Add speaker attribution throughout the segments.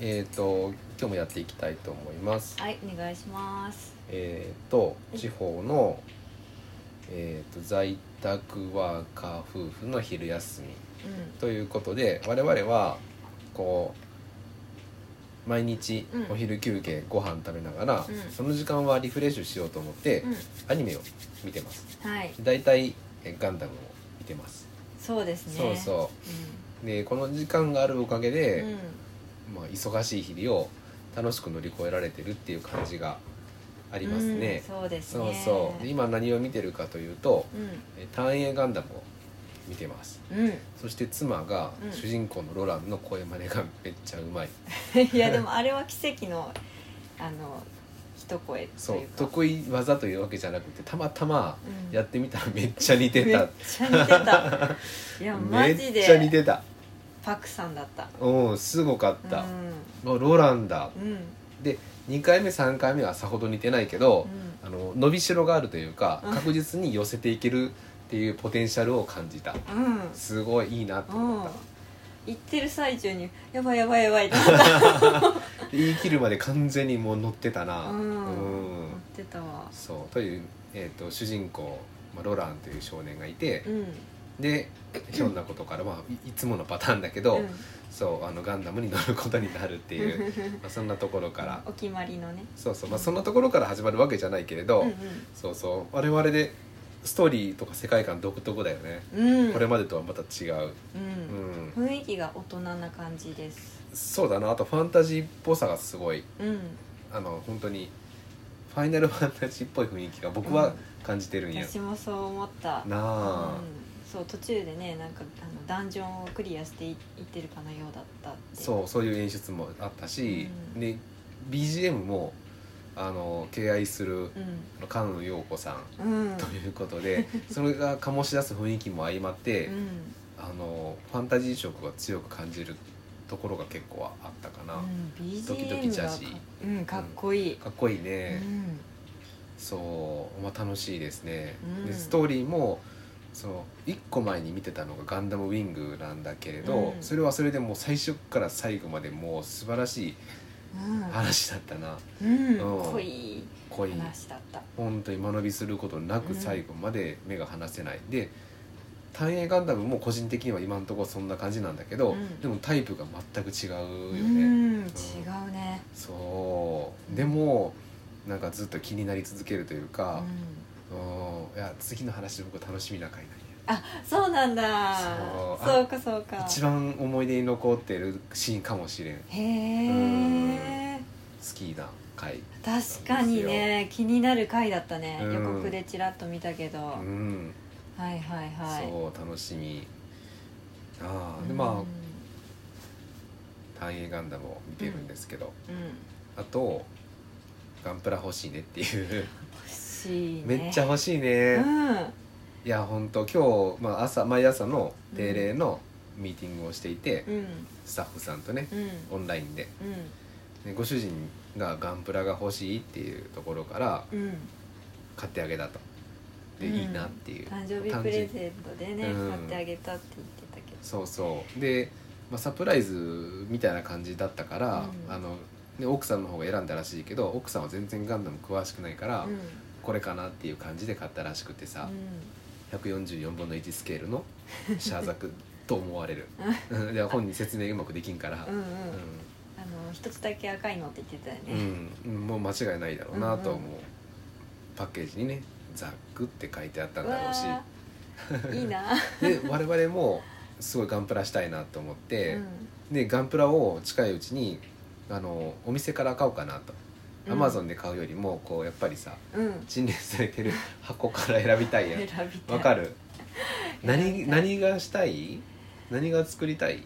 Speaker 1: えっ、と今日もやっていきたいと思います。
Speaker 2: はいお願いします
Speaker 1: えっ、と地方のえっ、と在宅ワーカー夫婦の昼休みということで我々はこう毎日
Speaker 2: うん
Speaker 1: お昼休憩ご飯食べながら、
Speaker 2: うん
Speaker 1: その時間はリフレッシュしようと思って、
Speaker 2: うん、
Speaker 1: アニメを見てます。
Speaker 2: うん、はい
Speaker 1: だいたいえガンダムを見てます。
Speaker 2: そうですね
Speaker 1: そう
Speaker 2: う、
Speaker 1: そうでこの時間があるおかげで、
Speaker 2: んうん、
Speaker 1: まあ、忙しい日々を楽しく乗り越えられてるっていう感じがありますね
Speaker 2: うん、。そうです
Speaker 1: そう
Speaker 2: ね
Speaker 1: そうで今何を見てるかというと
Speaker 2: う
Speaker 1: えー単影ガンダムを見てます
Speaker 2: ん、 うん
Speaker 1: そして妻が
Speaker 2: うん
Speaker 1: 主人公のロランの声真似がめっちゃうまい、
Speaker 2: いやでもあれは奇跡のあの一声
Speaker 1: そ
Speaker 2: と
Speaker 1: う
Speaker 2: いうか
Speaker 1: 得意技というわけじゃなくてたまたま
Speaker 2: うん
Speaker 1: やってみたらめっちゃ似て、
Speaker 2: めったちゃ似 てたいや
Speaker 1: め
Speaker 2: マジ
Speaker 1: っちゃ似
Speaker 2: で
Speaker 1: てた
Speaker 2: パクさんだった
Speaker 1: うんすごかった、
Speaker 2: う
Speaker 1: もうロランだ
Speaker 2: んうん
Speaker 1: で2回目3回目はさほど似てないけど、あの伸びしろがあるというか
Speaker 2: うん
Speaker 1: 確実に寄せていけるっていうポテンシャルを感じた
Speaker 2: うんうん
Speaker 1: すごいいいなと思
Speaker 2: 行
Speaker 1: っ
Speaker 2: ってる最中に「やばいやばいやばい」って思った
Speaker 1: たで言い切るまで完全にもう乗ってたな
Speaker 2: うん
Speaker 1: うん
Speaker 2: 思ってたわ
Speaker 1: そうという、えー、と主人公、まあ、ロランという少年がいて
Speaker 2: うん
Speaker 1: でひょんなことから、まあ、いいつものパターンだけど、そうあのガンダムに乗ることになるっていう、
Speaker 2: ん
Speaker 1: まあ、そんなところから
Speaker 2: お決まりのね
Speaker 1: そうそう、まあ、そんなところから始まるわけじゃないけれど、
Speaker 2: うん
Speaker 1: そうそう我々でストーリーとか世界観独特だよね、
Speaker 2: うんうん
Speaker 1: これまでとはまた違う、
Speaker 2: う
Speaker 1: うんん、
Speaker 2: 雰囲気が大人な感じです
Speaker 1: そうだなあとファンタジーっぽさがすごい
Speaker 2: うん
Speaker 1: あの本当にファイナルファンタジーっぽい雰囲気が僕は感じてるんや、
Speaker 2: 私もそう思った
Speaker 1: なあ、
Speaker 2: うんそう途中でねなんかあのダンジョンをクリアしていいってるかのようだったって
Speaker 1: そうそういう演出もあったし、
Speaker 2: うん
Speaker 1: で BGM もあの敬愛する
Speaker 2: うん
Speaker 1: 菅野陽子さん
Speaker 2: うん
Speaker 1: ということで、それが醸し出す雰囲気も相まって、
Speaker 2: うん
Speaker 1: あのファンタジー色が強く感じるところが結構あったかな、
Speaker 2: うん
Speaker 1: ドキドキ
Speaker 2: BGM
Speaker 1: ジャ
Speaker 2: が
Speaker 1: ー
Speaker 2: か
Speaker 1: ジ
Speaker 2: うんかっこいい
Speaker 1: かっこいいうね、
Speaker 2: ん
Speaker 1: そう、まあ、楽しいですね、
Speaker 2: うん
Speaker 1: でストーリーもその1個前に見てたのが「ガンダムウィング」なんだけれど、
Speaker 2: うん
Speaker 1: それはそれでもう最初から最後までもう素晴らしい話だったな、
Speaker 2: うん
Speaker 1: うん
Speaker 2: 濃い
Speaker 1: 濃い
Speaker 2: 話だった
Speaker 1: 本当に間延びすることなく
Speaker 2: うん
Speaker 1: 最後まで目が離せない、で「単影ガンダム」も個人的には今のところそんな感じなんだけど、
Speaker 2: うん
Speaker 1: でもタイプが全く違
Speaker 2: う
Speaker 1: うよね、
Speaker 2: ん違うね
Speaker 1: そうでもなんかずっと気になり続けるという
Speaker 2: う
Speaker 1: か、う
Speaker 2: ん
Speaker 1: んいや次の話僕楽しみな回なんや
Speaker 2: あそうなんだ
Speaker 1: そう
Speaker 2: そうかそうか
Speaker 1: 一番思い出に残ってるシーンかもしれん好
Speaker 2: へえ
Speaker 1: きな回
Speaker 2: 確かにね気になる回だったね、
Speaker 1: うん
Speaker 2: 予告でちらっと見たけど、
Speaker 1: うん、
Speaker 2: はいはいはい
Speaker 1: そう楽しみああで
Speaker 2: うん
Speaker 1: まあ「単影ガンダム」を見てるんですけど、
Speaker 2: うん
Speaker 1: あと「ガンプラ欲しいね」っていう
Speaker 2: 欲しいね
Speaker 1: めっちゃ欲しいうね、
Speaker 2: ん
Speaker 1: いや本当今日、まあ、朝毎朝の定例のミーティングをしていて、
Speaker 2: うん
Speaker 1: スタッフさんとね
Speaker 2: うんうん
Speaker 1: オンラインででご主人がガンプラが欲しいっていうところから
Speaker 2: うん
Speaker 1: 買ってあげたとで、
Speaker 2: うん
Speaker 1: いいなっていう
Speaker 2: 誕生日
Speaker 1: 単
Speaker 2: プ
Speaker 1: 純
Speaker 2: レゼントでね、
Speaker 1: うん
Speaker 2: 買ってあげたって言ってたけど
Speaker 1: そうそうで、まあ、サプライズみたいな感じだったから、
Speaker 2: うん
Speaker 1: あので奥さんの方が選んだらしいけど奥さんは全然ガンダム詳しくないから、
Speaker 2: うん
Speaker 1: これかなっていう感じで買ったらしくてさ、144分の1スケール のシャーザクと思われるうんで本人説明うまくできんから
Speaker 2: うんうん、うん、あの一つだけ赤いのって言ってたよ
Speaker 1: う
Speaker 2: ね、
Speaker 1: ん、うんもう間違いないだろうなと思う、パッケージにね「ザック」って書いてあったん
Speaker 2: う
Speaker 1: だろうし
Speaker 2: わーい いな、
Speaker 1: で我々もすごいガンプラしたいなと思って、
Speaker 2: うん
Speaker 1: でガンプラを近いうちにあのお店から買おうかなと。
Speaker 2: うん
Speaker 1: アマゾンで買うよりもこうやっぱりさ
Speaker 2: うん
Speaker 1: 陳列されてる箱から選びたいやん
Speaker 2: 選 びたい
Speaker 1: わかる
Speaker 2: 選
Speaker 1: 何
Speaker 2: びたい
Speaker 1: 何がしたい何が作りたい
Speaker 2: い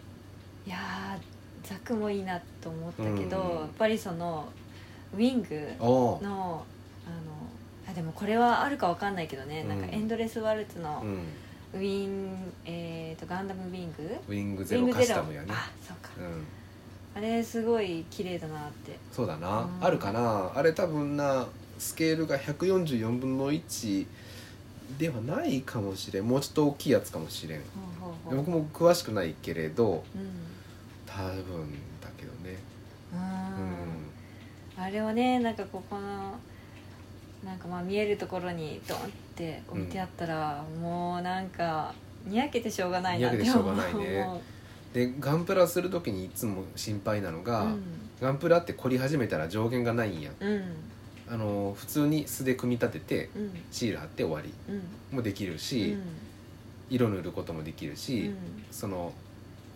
Speaker 2: やーザクもいいなと思ったけど、
Speaker 1: うん
Speaker 2: やっぱりそのウィングの
Speaker 1: お
Speaker 2: あのあでもこれはあるかわかんないけどね、
Speaker 1: うん
Speaker 2: なんかエンドレスワルツ
Speaker 1: う
Speaker 2: の
Speaker 1: ん、
Speaker 2: ウィン、えー、とガンダムウィング
Speaker 1: ウィング
Speaker 2: ウ
Speaker 1: ゼ
Speaker 2: ィ
Speaker 1: ロ
Speaker 2: ング
Speaker 1: カスタムやね、
Speaker 2: あそうか、
Speaker 1: うん、
Speaker 2: あれすごい綺麗だなって
Speaker 1: そうだな、
Speaker 2: うん
Speaker 1: あるかなあれ多分なスケールが144分の1ではないかもしれんもうちょっと大きいやつかもしれん
Speaker 2: ほうほうほう
Speaker 1: 僕も詳しくないけれど
Speaker 2: うん
Speaker 1: 多分だけどね
Speaker 2: う
Speaker 1: うん
Speaker 2: んあれをねなんかここのなんかまあ見えるところにドンって置いてあったら、もうなんかにやけてしょうがないなって
Speaker 1: にやけてしょう
Speaker 2: 思
Speaker 1: が
Speaker 2: う
Speaker 1: ないね
Speaker 2: 思う
Speaker 1: でガンプラする時にいつも心配なのが、
Speaker 2: うん
Speaker 1: ガンプラって凝り始めたら上限がないんや
Speaker 2: うん
Speaker 1: あの普通に素で組み立てて
Speaker 2: うん
Speaker 1: シール貼って終わり
Speaker 2: うん
Speaker 1: もできるし、色塗ることもできる
Speaker 2: うん
Speaker 1: し、その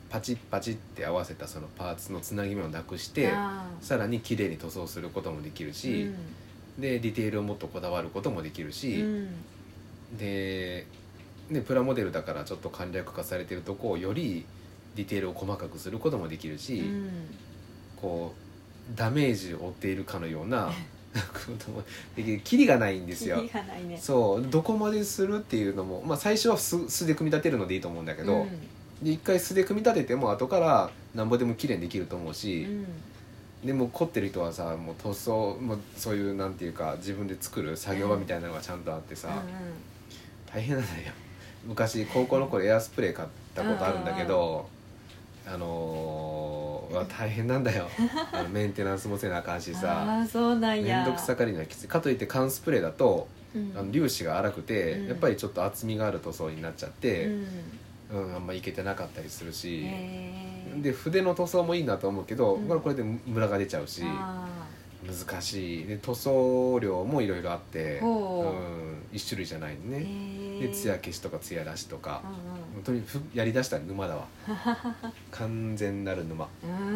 Speaker 1: パチッパチッって合わせたそのパーツのつなぎ目をなくし
Speaker 2: うん
Speaker 1: て
Speaker 2: あー
Speaker 1: さらに綺麗に塗装することもできるし、でディテールをもっとこだわることもできる
Speaker 2: うん
Speaker 1: し、
Speaker 2: うん
Speaker 1: でねプラモデルだからちょっと簡略化されてるとこをよりディテールを細かくすることもできるし、
Speaker 2: うん
Speaker 1: こうダメージを負っているかのようなこともできるキリがないんですよ
Speaker 2: キリ。がないね
Speaker 1: そうどこまでするっていうのも、まあ、最初は素素で組み立てるのでいいと思うんだけど、で一回素で組み立てても後からなんぼでも綺麗にできると思う
Speaker 2: うん
Speaker 1: し
Speaker 2: う、ん
Speaker 1: でも凝ってる人はさもう塗装もうそういうなんていうか自分で作る作業場みたいなのがちゃんとあってさ、大変なんだよ昔高校の頃エアスプレー買ったことあるんだけど、あのーは大変なんだ よあのメンテナンスもせなあかん
Speaker 2: う
Speaker 1: し
Speaker 2: ん、
Speaker 1: さ
Speaker 2: ああそうなんや
Speaker 1: 面倒くさかりなきついかといって缶スプレーだと
Speaker 2: うん
Speaker 1: あの粒子が粗くて、
Speaker 2: うん
Speaker 1: やっぱりちょっと厚みがある塗装になっちゃって、
Speaker 2: うん
Speaker 1: うんあんまいけてなかったりするし、
Speaker 2: へー
Speaker 1: で筆の塗装もいいなと思うけど、
Speaker 2: うん
Speaker 1: これはこれでムラが出ちゃうし
Speaker 2: あ
Speaker 1: 難しいで塗装量もいろいろあって、う
Speaker 2: ほ
Speaker 1: ん、一種類じゃないの
Speaker 2: ー
Speaker 1: ね、
Speaker 2: へー
Speaker 1: で艶消しとか艶出しとか
Speaker 2: う、ん
Speaker 1: 本当にふやりだしたら沼だ わ完全なる沼
Speaker 2: うん
Speaker 1: う
Speaker 2: う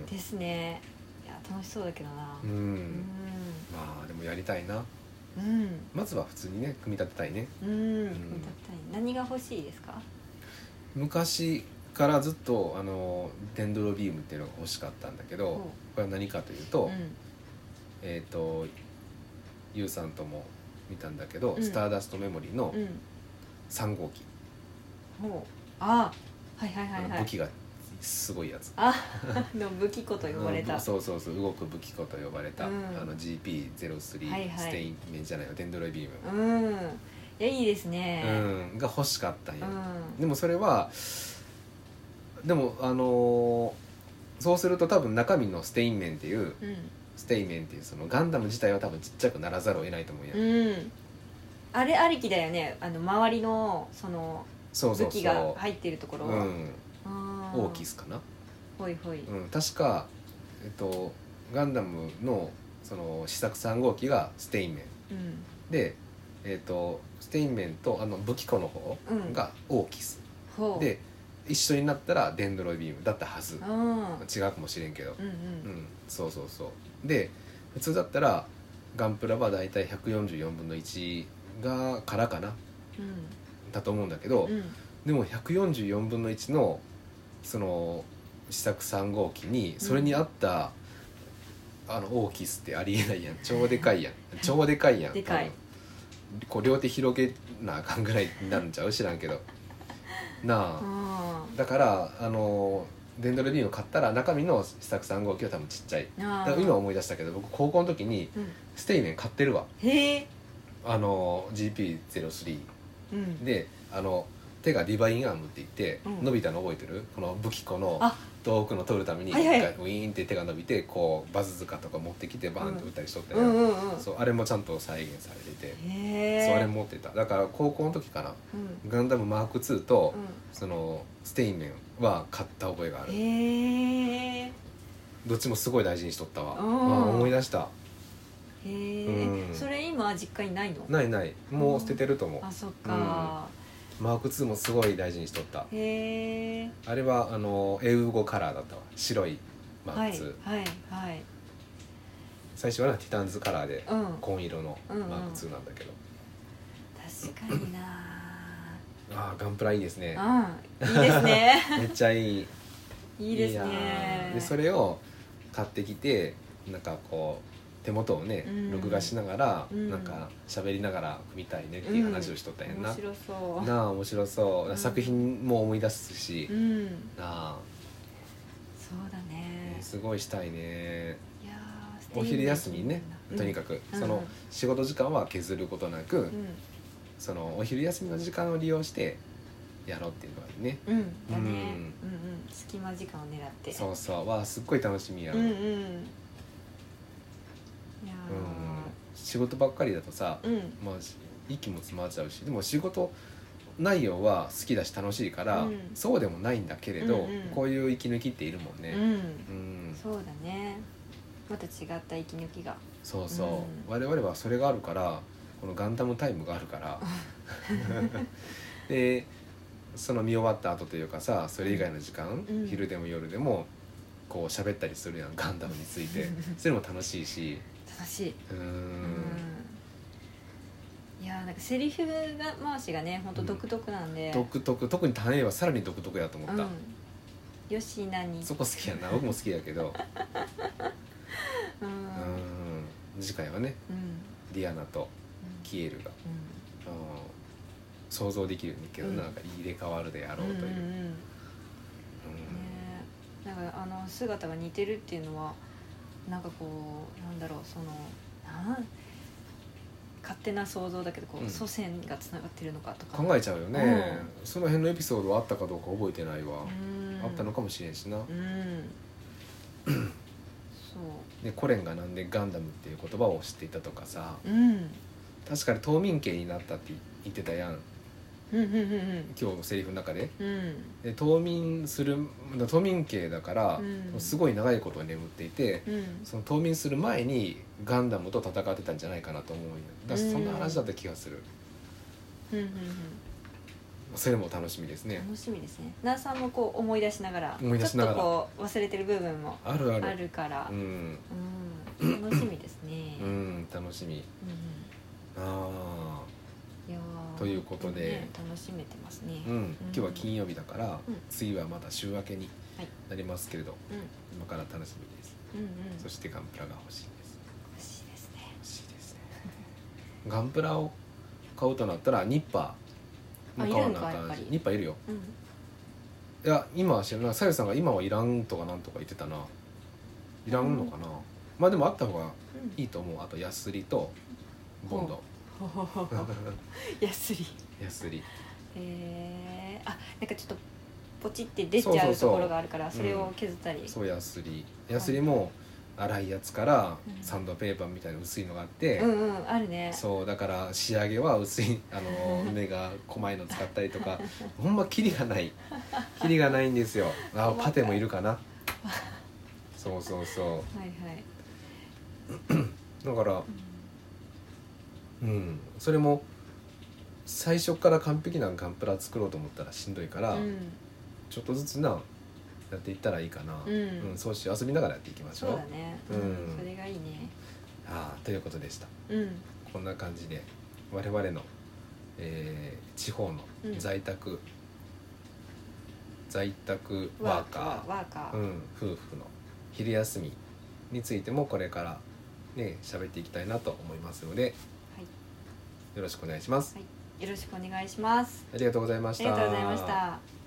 Speaker 2: ん
Speaker 1: ん、
Speaker 2: ですねいや楽しそうだけどな
Speaker 1: うん
Speaker 2: う
Speaker 1: まあでもやりたいな
Speaker 2: うん
Speaker 1: まずは普通にね組み立てたいね
Speaker 2: うん、うん、何が欲しいですか
Speaker 1: 昔からずっとあのデンドロビームっていうのが欲しかったんだけど、
Speaker 2: おう
Speaker 1: これは何かという
Speaker 2: う
Speaker 1: と、
Speaker 2: ん
Speaker 1: えっ、とゆうさんとも見たんだけど、
Speaker 2: うん
Speaker 1: スターダストメモリーの
Speaker 2: うん
Speaker 1: 3号機、
Speaker 2: ほうあはいはいは
Speaker 1: あ
Speaker 2: いは
Speaker 1: の武
Speaker 2: い
Speaker 1: 器がすごいやつ
Speaker 2: あの武器庫と呼ばれ
Speaker 1: あ
Speaker 2: た
Speaker 1: のそうそうそう動く武器庫と呼ばれた、
Speaker 2: うん
Speaker 1: あの GP03
Speaker 2: はいはい
Speaker 1: ステインメンじゃないよデンドロビーム、
Speaker 2: うんいやいいですね
Speaker 1: うんが欲しかったん
Speaker 2: う
Speaker 1: よ、
Speaker 2: ん
Speaker 1: でもそれはでもあのーそうすると多分中身のステインメンっていう
Speaker 2: うん
Speaker 1: ステイメンっていうそのガンダム自体は多分ちっちゃくならざるを得ないと思うんや、
Speaker 2: うんあれありきだよねあの周りのその
Speaker 1: そうそ
Speaker 2: 武
Speaker 1: うそう
Speaker 2: 器が入ってるところ
Speaker 1: うん、
Speaker 2: あー
Speaker 1: オーキスかな、
Speaker 2: ほいほい
Speaker 1: うん、確か、えっと、ガンダムのその試作3号機がステインメン
Speaker 2: うん
Speaker 1: で、えっと、ステインメンとあの武器庫の方
Speaker 2: うん
Speaker 1: がオーキス、
Speaker 2: ほう
Speaker 1: で一緒になったらデンドロイビームだったはず
Speaker 2: うんうん
Speaker 1: 違うかもしれんけど
Speaker 2: うん
Speaker 1: うんそうそうそうで普通だったらガンプラはだいたい144分の1がからかな
Speaker 2: うん
Speaker 1: だと思うんだけど、
Speaker 2: うん
Speaker 1: でも144分の1のその試作3号機にそれに合った、あのオーキスってありえないやん超でかい やん超でかいやん
Speaker 2: でかい
Speaker 1: 多分こう両手広げなあかんぐらいになるんちゃう知らんけ どなあ、
Speaker 2: あ
Speaker 1: だからあのデンドルビームを買ったら中身の試作3号機は多分ちっちゃい
Speaker 2: ーあ
Speaker 1: だ
Speaker 2: ー
Speaker 1: から今思い出したけど僕高校の時に
Speaker 2: うん
Speaker 1: ステイメン買ってるわ
Speaker 2: へえ
Speaker 1: あの GP03
Speaker 2: うん
Speaker 1: であの手がディバインアームって言って、
Speaker 2: うん
Speaker 1: 伸びたの覚えてるこの武器庫の
Speaker 2: あ
Speaker 1: 道具の取るために
Speaker 2: はいはい
Speaker 1: 一回ウィーンって手が伸びてこうバズズカとか持ってきてバーンって打ったりしとった
Speaker 2: う
Speaker 1: よ、
Speaker 2: んうんうん
Speaker 1: そうあれもちゃんと再現されてて、
Speaker 2: へえ
Speaker 1: そうあれ持ってただから高校の時かな
Speaker 2: うん
Speaker 1: ガンダムマーク2と、
Speaker 2: う
Speaker 1: そのステインメンは買った覚えがあ
Speaker 2: ん
Speaker 1: る
Speaker 2: へえ
Speaker 1: どっちもすごい大事にしとったわあ
Speaker 2: うん
Speaker 1: 思い出したう
Speaker 2: へえ
Speaker 1: ん
Speaker 2: それ今実家にないの
Speaker 1: ないないもう捨ててると思う
Speaker 2: あそっか
Speaker 1: マーク2もすごい大事にしとった
Speaker 2: へえ
Speaker 1: あれはあの英語カラーだったわ白いマ
Speaker 2: は
Speaker 1: ー
Speaker 2: い
Speaker 1: ク2、
Speaker 2: はいはい
Speaker 1: 最初はなティタンズカラーで
Speaker 2: うん
Speaker 1: 紺色のマ
Speaker 2: うんうん
Speaker 1: ーク2なんだけど、
Speaker 2: 確かにな
Speaker 1: ああガンプラいいですね
Speaker 2: うんいいです ね
Speaker 1: めっちゃいい
Speaker 2: いいです
Speaker 1: や
Speaker 2: ね
Speaker 1: ーでそれを買ってきてなんかこう手元をね、
Speaker 2: うん
Speaker 1: 録画しながら、
Speaker 2: うん
Speaker 1: なんか喋りながら組みたいねっていう話をしとったんやんな、
Speaker 2: 面白そう
Speaker 1: なあ面白そう、
Speaker 2: うん
Speaker 1: 作品も思い出すし、
Speaker 2: うん
Speaker 1: なあ、
Speaker 2: そうだね
Speaker 1: すごいしたいね
Speaker 2: いやー素敵
Speaker 1: お昼休みにね、
Speaker 2: うん
Speaker 1: とにかく、
Speaker 2: うん
Speaker 1: その仕事時間は削ることなく、
Speaker 2: うん
Speaker 1: そのお昼休みの時間を利用してやろうっていうのはいいね
Speaker 2: うんだ
Speaker 1: う
Speaker 2: ね、うん、
Speaker 1: ん
Speaker 2: うん隙間時間を狙って
Speaker 1: そうそうわあすっごい楽しみや、
Speaker 2: うんうん
Speaker 1: うん
Speaker 2: いや
Speaker 1: 仕事ばっかりだとさ、
Speaker 2: ーうん
Speaker 1: まあ、息も詰まっちゃうしでも仕事内容は好きだし楽しいから、
Speaker 2: うん
Speaker 1: そうでもないんだけれど、
Speaker 2: うんうん
Speaker 1: こういう息抜きっているもん
Speaker 2: う
Speaker 1: ね、
Speaker 2: ん
Speaker 1: うん
Speaker 2: そうだねまた違った息抜きが
Speaker 1: そうそう、
Speaker 2: うん
Speaker 1: 我々はそれがあるからこのガンダムタイムがあるから でその見終わった後というかさそれ以外の時間、
Speaker 2: うん
Speaker 1: 昼でも夜でもこう喋ったりするやんガンダムについ てそれも楽しいし
Speaker 2: 楽しい、
Speaker 1: うーん
Speaker 2: うんいやーなんかセリフが回しがね本当独特なんで、うん
Speaker 1: 独特特に種はさらに独特だと思った、
Speaker 2: よしなに
Speaker 1: そこ好きやな僕も好きやけど
Speaker 2: うんう
Speaker 1: うんん次回はね
Speaker 2: うん
Speaker 1: ディアナとキエルが、うん想像できるんだけど、
Speaker 2: うん
Speaker 1: なんか入れ替わるであろう
Speaker 2: うん
Speaker 1: というう、
Speaker 2: んうんねえなんかあの姿が似てるっていうのはなんかこうなんだろうそのなん勝手な想像だけどこう、
Speaker 1: うん
Speaker 2: 祖先がつながってるのかとか
Speaker 1: うん考えちゃうよね、その辺のエピソードはあったかどうか覚えてないわ、
Speaker 2: うん
Speaker 1: あったのかもしれんしな、
Speaker 2: うん
Speaker 1: でコレンがなんでガンダムっていう言葉を知っていたとかさ
Speaker 2: そううん
Speaker 1: 確かに冬眠犬になったって言ってたやん
Speaker 2: うんうんうん
Speaker 1: 今日のセリフの中で
Speaker 2: うんうん
Speaker 1: で冬眠する冬眠系だから、
Speaker 2: うん
Speaker 1: すごい長いこと眠っていて、
Speaker 2: うん
Speaker 1: その冬眠する前にガンダムと戦ってたんじゃないかなと思うよだからそんな話だった気がする、
Speaker 2: うんうん
Speaker 1: それも楽しみです
Speaker 2: うん
Speaker 1: ね
Speaker 2: 楽しみですねナーさんもこう思い出しながら
Speaker 1: 思い出しながら
Speaker 2: ちょっとこう忘れてる部分も
Speaker 1: あるある
Speaker 2: あるから
Speaker 1: う、ん、
Speaker 2: うん楽しみですね、
Speaker 1: う
Speaker 2: うん
Speaker 1: ん、楽しみ
Speaker 2: うん
Speaker 1: あ
Speaker 2: いやー
Speaker 1: ということで
Speaker 2: ね楽しめてますね
Speaker 1: あうん、今日は金曜日だから、
Speaker 2: うん
Speaker 1: 次はまた週明けに
Speaker 2: はい
Speaker 1: なりますけれど、
Speaker 2: うん
Speaker 1: 今から楽しみです、
Speaker 2: うんうん
Speaker 1: そしてガンプラが欲しいです
Speaker 2: 欲しいですね
Speaker 1: 欲しいですね ガンプラを買うとなったらニッパーも買わなあ
Speaker 2: あいるんかや
Speaker 1: か
Speaker 2: っぱ
Speaker 1: んし
Speaker 2: り
Speaker 1: ニッパーいるよ
Speaker 2: うん
Speaker 1: いや今は知らないさゆさんが今はいらんとかなんとか言ってたないらんのかな、まあでもあった方が
Speaker 2: うん
Speaker 1: いいと思うあとヤスリとボンド
Speaker 2: ほほほほ やすり
Speaker 1: ヤスリ
Speaker 2: えー、あなんかちょっとポチって出ち
Speaker 1: そ
Speaker 2: ゃ
Speaker 1: う
Speaker 2: う
Speaker 1: そうそう
Speaker 2: ところがあるからそれ
Speaker 1: う
Speaker 2: を
Speaker 1: ん
Speaker 2: 削ったり
Speaker 1: そうヤスリヤスリも粗いやつから
Speaker 2: うん
Speaker 1: サンドペーパーみたいな薄いのがあって、
Speaker 2: うんうんあるね
Speaker 1: そうだから仕上げは薄いあ の目が細いの使ったりとかほんまキリがないキリがないんですよあ
Speaker 2: 細かい
Speaker 1: パテもいるかなそうそうそ
Speaker 2: はいはい、
Speaker 1: うだからうん、それも最初から完璧なガンプラ作ろうと思ったらしんどいから、
Speaker 2: うん
Speaker 1: ちょっとずつなやっていったらいいかな、
Speaker 2: うん
Speaker 1: そうし遊びながらやっていきましょ
Speaker 2: そう
Speaker 1: う
Speaker 2: だね、
Speaker 1: うん
Speaker 2: それがいいね
Speaker 1: ああということでした
Speaker 2: うん
Speaker 1: こんな感じで我々の、えー地方の
Speaker 2: うん
Speaker 1: 在宅、在宅
Speaker 2: ワ
Speaker 1: ワ
Speaker 2: ー
Speaker 1: ー
Speaker 2: カ
Speaker 1: カ
Speaker 2: ーワー
Speaker 1: ー
Speaker 2: カー、
Speaker 1: うん、夫婦の昼休みについてもこれからね喋っていきたいなと思いますので
Speaker 2: はい
Speaker 1: よろしくお願いします、
Speaker 2: よろしくお願いします
Speaker 1: ありがとうございま
Speaker 2: あ
Speaker 1: し
Speaker 2: り
Speaker 1: た
Speaker 2: がとうございました